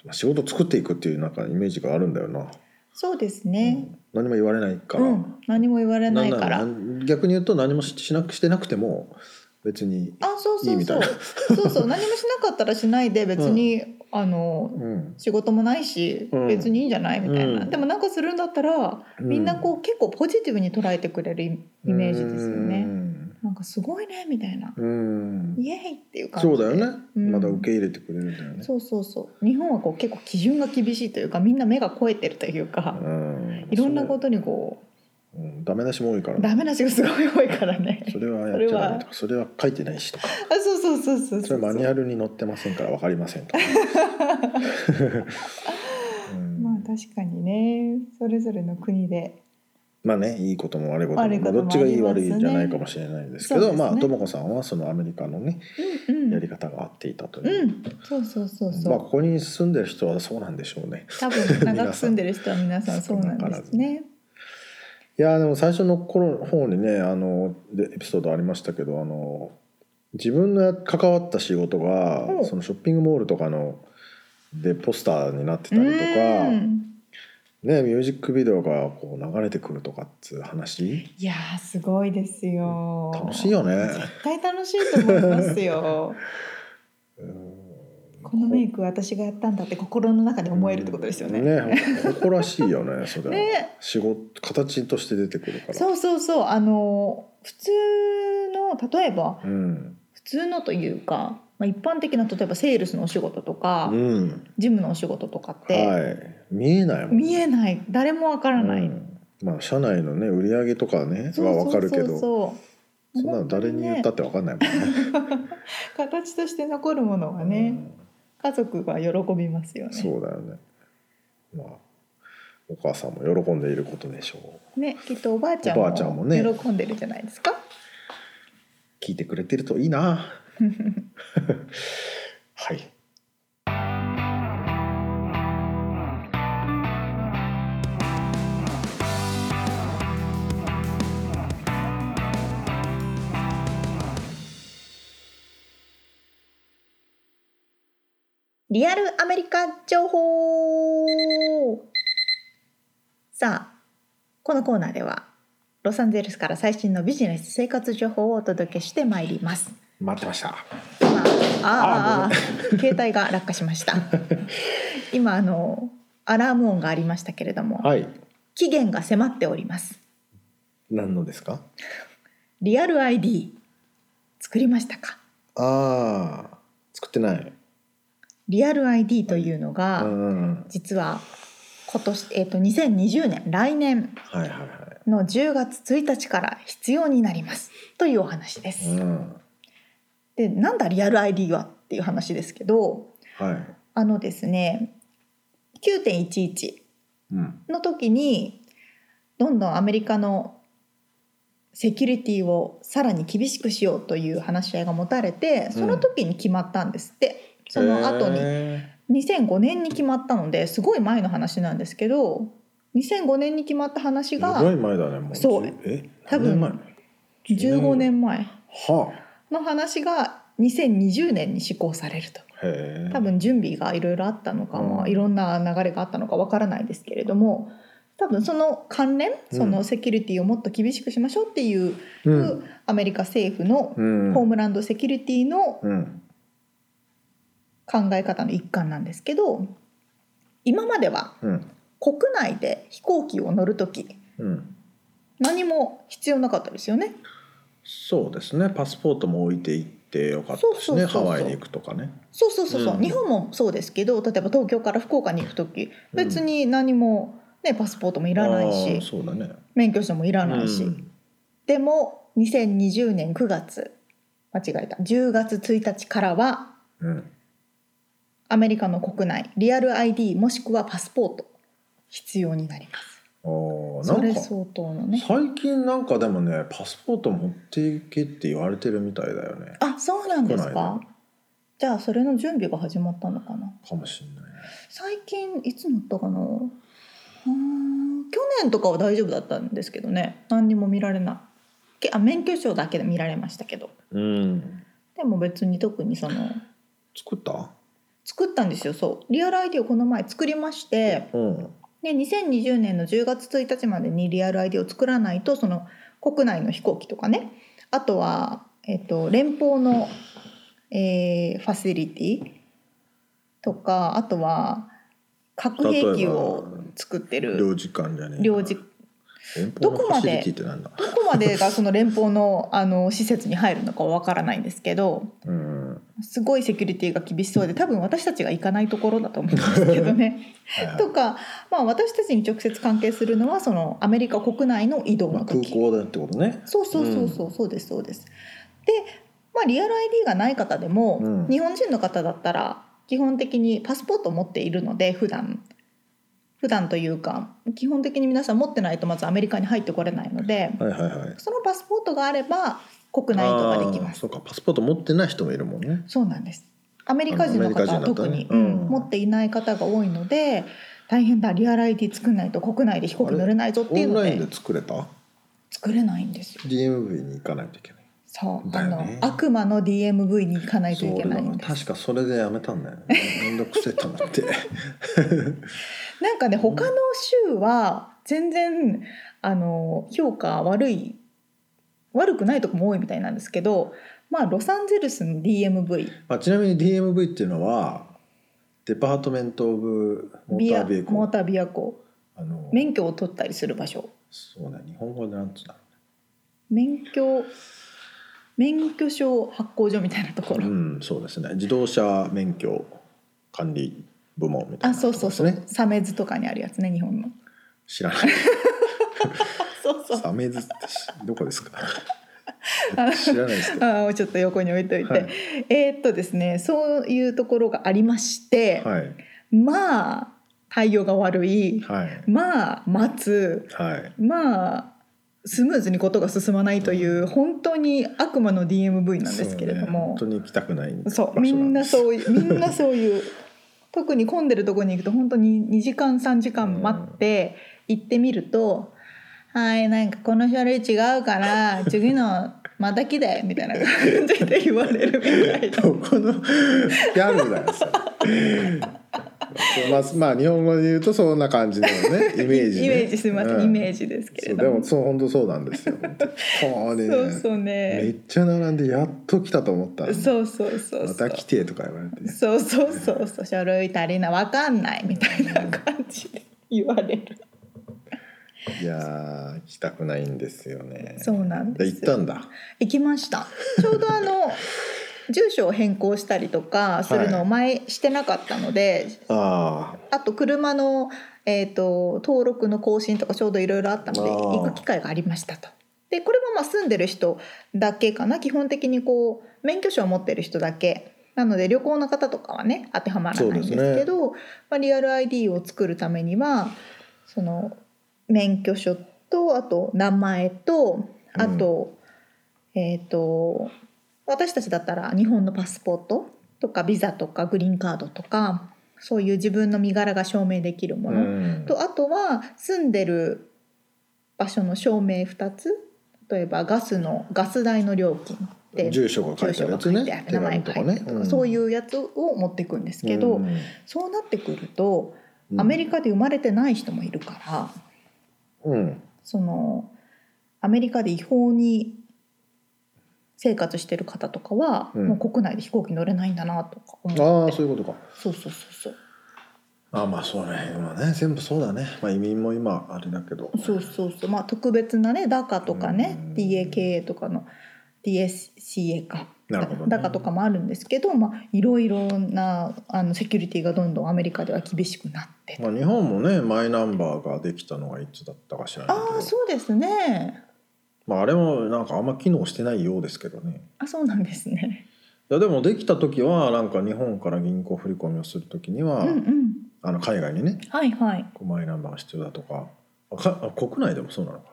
B: まあ仕事作っていくっていうなんかイメージがあるんだよな、
A: そうです
B: う
A: ね、
B: ん何も言われないか
A: う
B: ら、
A: ん何も言われないか
B: な
A: ら。
B: んなら逆に言うと何もししなくしてなくても別に、
A: あそう
B: い
A: そ
B: いうみた
A: そ
B: いうな
A: そうそう何もしなかったらしないで別に、あの
B: うん、
A: 仕事もないし、
B: うん
A: 別にいいんじゃないみたいな、
B: うん
A: でもなんかするんだったら、みんなこう結構ポジティブに捉えてくれるイイメージですよね、
B: うん
A: なんかすごいねみたいな、
B: うん
A: イエーイっていう感じ
B: そ
A: で
B: うだよね、
A: うん
B: まだ受け入れてくれるんだよね
A: そうそうそう日本はこう結構基準が厳しいというかみんな目が肥えてるというか、
B: うん
A: いろんなことにこ
B: それうんダメ出しも多いから
A: うダメなしがすごい多いからね
B: それはやっちゃダメとかそれは書いてないしとか
A: あ そうそうそうそう
B: それ
A: う
B: はマニュアルに載ってませんから分かりませ んとか、うん
A: まあ確かにねそれぞれの国で
B: まあねいいことも悪いことも
A: 悪いことも
B: まあ、どっちがいい
A: あ
B: 悪
A: りますね
B: いじゃないかもしれないんですけど
A: そうですね
B: まあともこさんはそのアメリカのね
A: うんうん
B: やり方が合っていたという
A: う、んそうそうそうそう、
B: まあここに住んでる人はそうなんでしょうね
A: 多分長く住んでる人は皆 さんそうなんですね。
B: いやーでも最初の頃の方にねあのでエピソードありましたけどあの自分のや関わった仕事が、
A: うん
B: そのショッピングモールとかのでポスターになってたりとか、
A: うん
B: ね、ミュージックビデオがこう流れてくるとかっつう話
A: いやーすごいですよ。
B: 楽しい。よね。
A: 絶対楽しいと思います よ。このメイク私がやったんだって心の中で思えるってことですよね。
B: ね誇らしいよね それは、
A: ね
B: 仕事形として出てくるから
A: そうそうそうあの普通の例えば
B: うん
A: 普通のというか、まあ、一般的な例えばセールスのお仕事とか、
B: うん
A: ジムのお仕事とかって、
B: はい、見えないもん
A: 見えない誰もわからない。
B: うんまあ社内のね売り上げとかねはわかるけど
A: そうそうそうそう
B: そんなの誰に言ったってわかんないもんね。
A: 形として残るものがね、家族が喜びますよ
B: うん
A: ね。
B: そうだよね。まあお母さんも喜んでいることでしょう。
A: ね、きっとおばあちゃん
B: おばあちゃんもね
A: 喜んでるじゃないですか。
B: 聞いてくれてるとい いな。はい。
A: リアルアメリカ情報さあこのコーナーではロサンゼルスから最新のビジネス生活情報をお届けしてまいります。
B: 待ってました。
A: 今あーあー携帯が落下しま した。今あのアラーム音がありましたけれども、
B: はい。
A: 期限が迫っております。
B: 何のですか。
A: リアル ID 作りましたか
B: ああ作ってない。
A: リアル ID というの
B: う
A: が、
B: んうん。
A: 実は今年、えー、と2020年来年
B: はいはいは
A: の10月1日から必要になりますというお話で
B: い。
A: す。
B: うん。
A: でなんだリアル ID はっていう話ですけど
B: はい。
A: あのですね9.11
B: うん。
A: の時にどんどんアメリカのセキュリティをさらに厳しくしようという話し合いが持たれてその時に決まったんですって、その後に
B: へ
A: 2005年に決まったのですごい前の話なんですけど2005年に決まった話
B: ー。すごい
A: が
B: 前だねもう。
A: そう
B: じゅえ
A: 多分
B: 何年前
A: 15年前
B: は
A: の話が2020年に施行されると
B: あ。へえ。
A: 多分準備がいろいろあったのか、
B: うん
A: まあ、いろんな流れがあったのかわからないですけれども多分その関連
B: うん
A: そのセキュリティをもっと厳しくしましょうっていう、
B: うん。
A: アメリカ政府の
B: うん。
A: ホームランドセキュリティの
B: うん。
A: 考え方の一環なんですけど今までは
B: うん。
A: 国内で飛行機を乗る時
B: うん、
A: 何も必要なかったですよね。
B: そうですねパスポートも置いていってよかったしね
A: そうそうそうそう
B: ハワイに行くとかね
A: そうそうそうそう、
B: うん
A: 日本もそうですけど例えば東京から福岡に行く時別に何も、ね、パスポートもい
B: い
A: らないし
B: そうだね
A: 免許証もいらないし、
B: うん
A: でも2020年9月間違えた10月1日からは
B: うん、
A: アメリカの国内リアル ID もしくはパスポート必要になります。
B: ああな
A: それ
B: んか
A: 相当のね
B: 最近なんかでもねパスポート持っていけって言われてるみたいだよね
A: あそうなんです
B: 国内
A: かじゃあそれの準備が始まったのかな
B: かもしんないね
A: 最近いつ乗ったかなうーん去年とかは大丈夫だったんですけどね何にも見られないけあ免許証だけで見られましたけど
B: うん
A: でも別に特にその
B: 作った
A: 作ったんですよそうリアル ID をこの前作りまして
B: うん
A: で2020年の10月1日までにリアル ID を作らないとその国内の飛行機とかねあとは、えっと連邦の、えーファシリティとかあとは核兵器を作ってる
B: 領事館じゃねえ
A: 領事
B: 連邦の
A: どこ
B: ファ
A: ま
B: シ
A: で
B: リティってなんだ
A: どこまでがその連邦のあの施設に入るのかわからないんですけど
B: うんは
A: すごいセキュリティが厳しそうで多分私たちが行かないところだと思うんですけど ね。
B: いはい
A: とか、まあ、私たちに直接関係するのはそのアメリカ国内の移動
B: まあ、
A: の
B: 空
A: 時、
B: 港だってことね
A: そうそうそうそうそうですそうです。で、まあ、リアル ID がない方でも、
B: うん
A: 日本人の方だったら基本的にパスポートを持っているので普段普段というか基本的に皆さん持ってないとまずアメリカに入ってこれないので。
B: はいはいはい
A: そのパスポートがあれば国内移動ができま
B: あー
A: す。
B: そうかパスポート持ってない人もいるもんね
A: そうなんです。アメリカ人の方は
B: アメリカ人の方
A: 特
B: ね
A: に、
B: うん
A: うん持っていない方が多いので、大変だリアル ID 作んないと国内で飛行機乗れないぞっ
B: オ
A: ていう
B: ン
A: の
B: ライ
A: で
B: ンで作れた
A: 作れないんですよ。
B: DMV に行かないといけない
A: そう、
B: だ
A: あ
B: よ
A: の
B: ね
A: 悪魔の DMV に行かないと
B: そう
A: いけ
B: 俺
A: ないん
B: だ
A: で
B: から
A: す。
B: 確かそれでやめたんだよねめんどくせえと思って
A: なんかね他の州は全然あの評価悪い悪くないとこも多いみたいなんですけど、まあロサンゼルスの DMV
B: まあ、ちなみに DMV っていうのはデパートメント・オブ・モーター・ビーコ
A: モータービアコ
B: あの
A: 免許を取ったりする場所。
B: そうね日本語でなんつうんだろ
A: 免許免許証発行所みたいなとこ
B: う
A: ろ、
B: うんそうですね自動車免許管理部門みたい
A: あ
B: な
A: そうそうそう、
B: とこですね
A: サメズとかにあるやつね日本の
B: 知らない
A: そうそう
B: サメズってど こですか
A: あ
B: 知らないですけど
A: あちょっと横に置いといて、
B: はい
A: えーっとですねそういうところがありまして、
B: はい
A: まあ対応が悪い、
B: はい
A: まあ待つ
B: はい
A: まあスムーズにことが進まないという、本当に悪魔の DMV なんですけれど
B: そうね本
A: も
B: 当に行きたくない場所
A: そうみんなそうういうみんなそういう特に混んでるとこに行くと本当に2時間3時間待って行ってみると「はいなんかこの書類違うから次のまた来て」みたいな感じで言われるみたいな
B: どこのギャルだよそれまあ、まあ日本語で言うとそんな感 じのねイメージ、ね、
A: イメージすみません、
B: う
A: イメージですけ
B: そ
A: れ
B: うで
A: ども
B: もそう本当そうなんですよ。これね
A: そうそう
B: め
A: ね
B: っちゃ並んでやっと来たと思ったのに
A: そうそうそう
B: ま
A: そ
B: た
A: う
B: 来てとか言われて
A: そうそうそうそう書類足りないわかんないみたいな感じで言われる
B: いやー来たくないんですよね。
A: そうなんですよ
B: 行ったんだ。
A: 行きましたちょうどあ の住所を変更したりとかするのを前してなかったので、
B: あ
A: あと車の、えー、と登録の更新とかちょうどいろいろあったので
B: あー
A: 行く機会がありましたと。でこれもまあ住んでる人だけかな基本的にこう免許証を持ってる人だけなので旅行の方とかはね当てはまらないんです
B: そうで
A: け
B: す
A: どまあ、リアル ID を作るためにはその免許証とあと名前とあと、えっ、と私たちだったら日本のパスポートとかビザとかグリーンカードとかそういう自分の身柄が証明できる
B: あ、
A: も
B: う
A: の、
B: ん、
A: とあとは住んでる場所の証明2つ例えばガスのガス代の料金で
B: 住所が書い
A: 住
B: てあ
A: 所
B: るや
A: が
B: つ
A: 書いてある、
B: ね
A: 名前が入ってるとか、そういうやつを持っていくんですけど、そうなってくるとアメ
B: リ
A: リカで生まれてない人もいるから。
B: カ、うん
A: そのアメリカで違法に生活してる方とかは、
B: うん
A: もう国内で飛行機乗れないんだなとか思って
B: ああそういうことか。
A: そうそうそうそう
B: あまあそうねまあね全部そうだね、まあ、移民も今あれだけど
A: そうそうそうまあ特別なね DACA とかね
B: うん
A: DAKA とかの DSCA か
B: なるほどね
A: DACA とかもあるんですけど、まあ、いろいろなあのセキュリティがどんどんアメリカでは厳しくなって
B: まあ、日本もねマイナンバーができたのがいつだったか知らない
A: ああ
B: けど
A: そうですね
B: まあ、あれもなんかあんま機能してないようですけどね
A: あそうなんですね
B: いやでもできた時はなんか日本から銀行振り込みをする時に
A: う
B: は、
A: んうん
B: あの海外にね
A: はいはい
B: こうマイナンバーが必要だとかあかあ国内でもそうなのか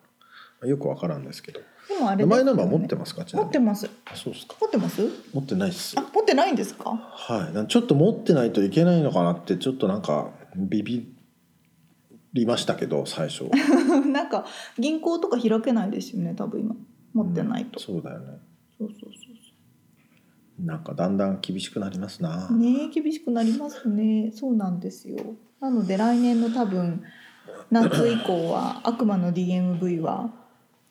B: なよくわからんですけど
A: でもあれですよね、
B: マイナンバー持ってますかちな
A: 持
B: み
A: って
B: に
A: ます
B: あそうですか
A: 持ってます
B: 持ってないっす
A: あ持ってないんですか
B: はいなんちょっと持ってないといけないのかなってちょっとなんかビビりましたけど最 初
A: なんか銀行とか開けないですよね多分今持ってないと、
B: うんそうだよね
A: そうそうそう
B: なんかだんだん厳しくなりますな、
A: そうねえ厳しくなりますねそうなんですよなので来年の多分夏以降は悪魔の DMV は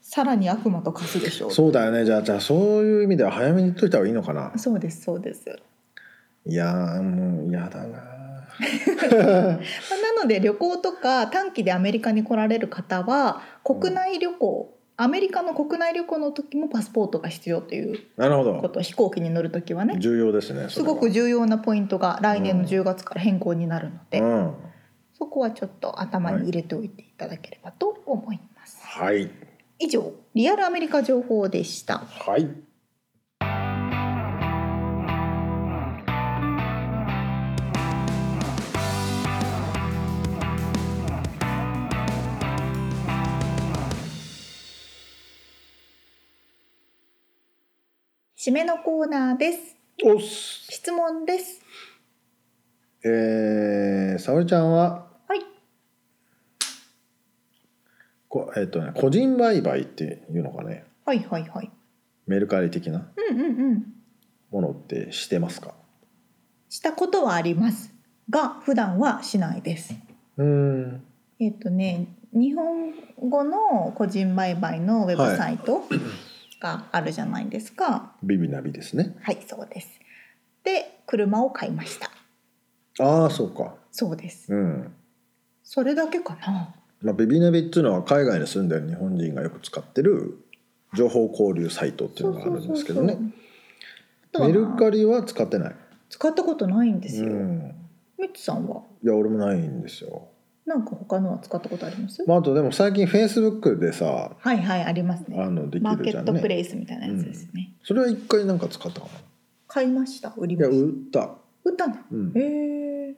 A: さらに悪魔と化すでしょう
B: そうだよねじゃあじゃあそういう意味では早めに言っといた方がいいのかな
A: そうですそうです、ま
B: いやーもう嫌だな
A: あなので旅行とか短期でアメリカに来られる方は国内旅行、アメリカの国内旅行の時もパスポートが必要という
B: なるほ
A: こ
B: ど
A: と飛行機に乗る時はね
B: 重要ですね
A: すごく重要なポイントが来年の10月から変更になるので、
B: 要うん
A: そこはちょっと頭に入れておいていただければと思います、
B: はい
A: 以上リアルアメリカ情報でした
B: はい
A: 締めのコーナーです
B: おっす
A: 質問です
B: えー、沙織ちゃんは
A: はい
B: こえっ、とね個人売買っていうのかね
A: はいはいはい
B: メルカリ的な
A: うんうんうん
B: ものってしてますか
A: したことはありますが普段はしないです
B: うん
A: えっ、とね日本語の個人売買のウェブサイトがあるじゃないですか、
B: ビビナビですね
A: はい、そうです。で、車を買いました。
B: ああそうか
A: そうです。
B: うん
A: それだけかな。
B: まあ、ビビナビっていうのは海外に住んでる日本人がよく使ってる情報交流サイトっていうのがあるんですけどね
A: そうそうそう。
B: メ
A: あ
B: ル
A: とは
B: カリは使ってない、
A: 使ったことないんです
B: う
A: よ。
B: ん、
A: みつさんは、
B: いや俺もないんですよ、
A: なんか他のは使ったことあります。
B: まあ、あとでも最近フェイスブックでさ
A: はいはい、ありますね。
B: あのでき
A: マー
B: る
A: ケ
B: じゃ
A: ッ
B: ん
A: トプ
B: ね
A: レイスみたいなやつですね。
B: それは一回なんか使ったか
A: 買いました。売り
B: な
A: ま
B: いや
A: し
B: 売った、
A: た。売ったの。
B: うん
A: へ、え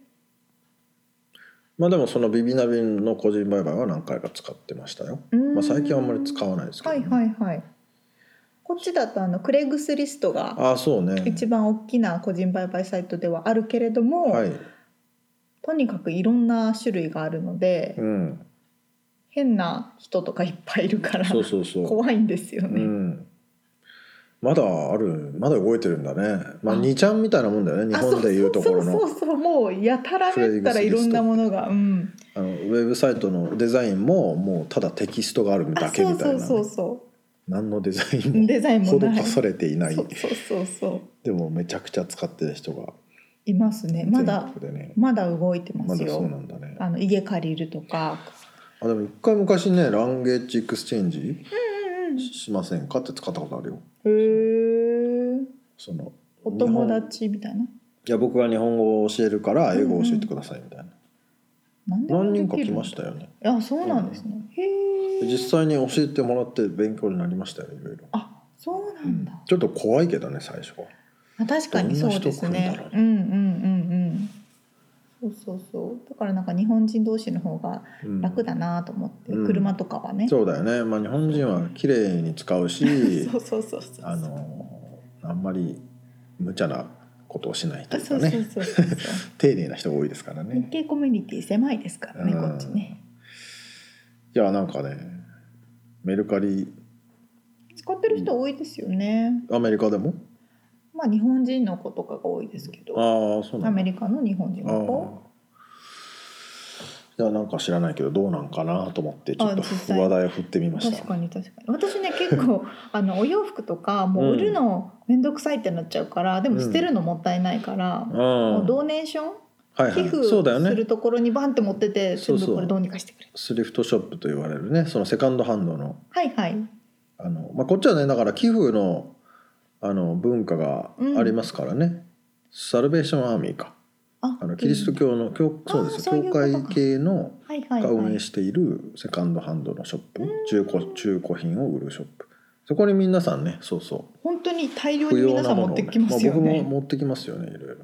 B: まあでもそのビビナビの個人売買は何回か使ってましたよ、
A: ー。
B: まあ、最近はあんまり使わないですけど
A: は
B: ね、
A: いはいはい。こっちだとあのクレグスリストが
B: ああそうね
A: 一番大きな個人売買サイトではあるけれども、
B: はい、
A: とにかくいろんな種類があるので、
B: うん、
A: 変な人とかいっぱいいるから
B: そうそうそう
A: 怖いんですよ
B: う
A: ね。
B: ん、まだあるまだ動いてるんだねまあ
A: あ
B: 2ちゃんみたいなもんだよね日
A: あ
B: 本でいうところ
A: そう
B: の
A: そうそうそうもうやたらめったらいろんなものが、うん、
B: あのウェブサイトのデザインももうただテキストがある
A: あ
B: だけ
A: そ
B: み
A: う
B: た
A: そ
B: いうな
A: そう
B: ね
A: そ
B: 何のデザイ
A: う
B: ン
A: デザインも
B: も
A: ない
B: 施されていない
A: そうそうそうそう
B: でもめちゃくちゃ使ってる人が
A: いますねま
B: 全
A: だ
B: 国でね
A: まだ動いてま
B: ますだ
A: よ
B: そ。うなんだね
A: あの家借りるとか、
B: あでも一回昔ねランゲージエクスチェンジ
A: うんうん、へ
B: しませんかって使ったことあるよ
A: え
B: その
A: お友
B: 日本
A: 達みたいない
B: や僕が日本語を教えるから英語を教えてくださいみたいな、
A: 何でも
B: 何
A: で
B: 人か
A: き
B: 来
A: る
B: ましたよね
A: あそうなんですね、へ
B: 実
A: え
B: 際に教えてもらって勉強になりましたよねいろいろ、
A: あそうな
B: うんん
A: だ、
B: ちょっと怖いけどね最初は
A: あ確かにそうですね。
B: どんな人来
A: うんうんうんうん。そうそうそう。だからなんか日本人同士の方が
B: うん
A: 楽だなと思って、
B: うん
A: 車とかはね。
B: そうだよね、まあ、日本人は綺麗に使うし
A: そうそうそうそう。
B: あのあんまり無茶なことをしないと
A: あ
B: いう
A: そ
B: か
A: うそう
B: ね
A: そうそう。
B: 丁寧な人が多いですか ら
A: 日
B: ね
A: 系コミュニティ狭いですからね、
B: うん
A: こっちね。
B: いやなんかねメルカリ
A: 使ってる人多いですよね。
B: アメリカでも
A: まあ日本人の子とかが多いですけど、
B: ああそうな
A: ア
B: んだ
A: メリカの日本人
B: ああ
A: の子。
B: いやなんか知らないけどどうなんかなと思ってちょっと
A: あ実際
B: 話題を振ってみました
A: 確かに確かに私ね結 構あのお洋服とかもう売るの面倒くさいってなっちゃうからでも捨てるのもったいないから、
B: うん
A: もう同年ション
B: はい
A: 寄
B: は
A: 付
B: い、そうだよ
A: す
B: ね
A: るところにバンって持ってて全
B: そうそう
A: 部これどうにかしてくれる
B: スリフトショップと言われるねそのセカンドハンドの
A: はいはい
B: あの、まあ、こっちはねだから寄付のあの文化がありますからね、サルベーションアーミーか
A: あ
B: あのキリスト教の教そうです
A: あーそ
B: よ
A: ういう
B: 教
A: ことか
B: 会系の
A: はいはい
B: が
A: は
B: 運
A: い
B: 営しているセカンドハンドのショップ、中古中古品を売るショップそこに皆さんねそうそ
A: 本当に大量
B: う
A: に
B: 不要
A: 皆
B: な
A: さん
B: も
A: 持っ
B: のを
A: て
B: ね、
A: きますよ
B: 僕も
A: ね
B: 持ってきますよねいろいろね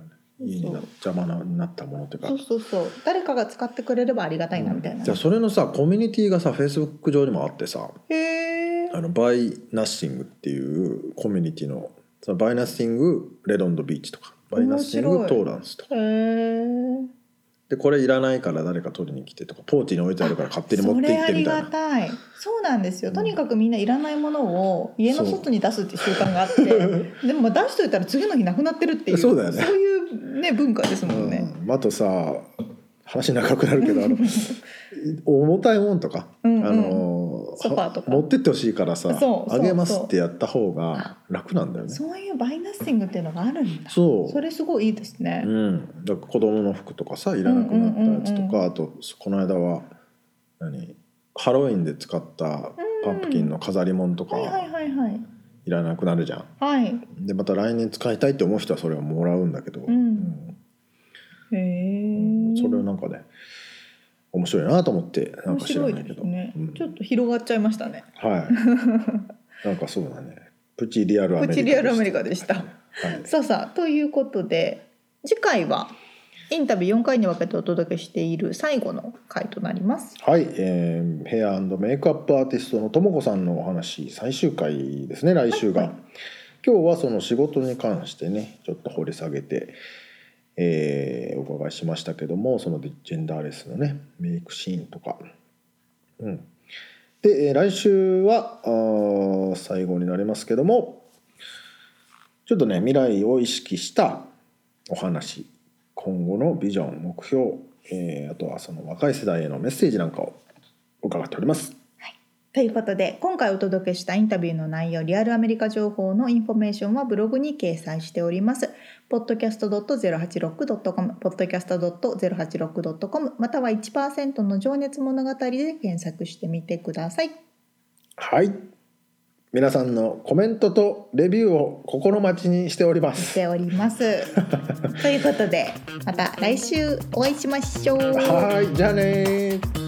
B: 家にな邪魔なになったものというか
A: そうそうそう誰かが使ってくれればありがたいなみたいな
B: じゃあそれのさコミュニティがさフェイスブック上にもあってさ
A: へえ
B: あのバイナッシングっていうコミュニティのそのバイナッシングレドンドビーチとかバイナッシン
A: 面白
B: グ
A: い
B: トーランスとか
A: へえ
B: でこれいらないから誰か取りに来てとかポーチに置いてあるから勝手に持って行ってみたい
A: そ
B: な
A: れありがたいそうなんですよ
B: うん
A: とにかくみんないらないものを家の外に出すっていう習慣があって でもまあ出しといたら次の日なくなってるっていう
B: そうだよ ね
A: そういうね文化ですもんね、
B: うん、あとさ話長くなる けどあの重たいもんとか、
A: うんうん
B: あの
A: ソファーとか
B: 持ってってほしいからさ
A: そうそう
B: あげますってやった方が楽なんだよね。
A: そういうバイナッシングっていうのがあるんだ
B: そう
A: れすごいいいですね、
B: うん、だから子供の服とかさいらなくなったやつとか、あとこの間は何ハロウィンで使ったパンプキンの飾り物とか
A: はいはいはいはい
B: いらなくなるじゃん。
A: はい
B: でまた来年使いたいって思う人はそれをもらうんだけど、
A: んへ
B: う
A: え
B: んそれをなんかね面白いなと思ってなん
A: 面
B: か知ら
A: 白い
B: ないけ
A: で
B: ど
A: すね、
B: うん
A: ちょっと広がっちゃいましたね
B: はい。なんかそうだね。プチリアルアメリカ。
A: プチリアルアメリカでした
B: はい。
A: さあさあということで次回はインタビュー4回に分けてお届けしている最後の回となります
B: はい、えーヘアメイクアップアーティストのともこさんのお話最終回ですね。来週が、
A: はいはい
B: 今日はその仕事に関してね、ちょっと掘り下げて。えーお伺いしましたけどもそのジェンダーレスのねメイクシーンとか、うん、で、えー来週はあー最後になりますけどもちょっとね未来を意識したお話今後のビジョン目標、えーあとはその若い世代へのメッセージなんかを伺っております。
A: ということで今回お届けしたインタビューの内容リアルアメリカ情報のインフォメーションはブログに掲載しております podcast.086.com podcast.086.com または1%の情熱物語で検索してみてください
B: はい皆さんのコメントとレビューを心待ちにしておりま
A: し
B: す。
A: ておりますということでまた来週お会いしましょう
B: はいじゃあねー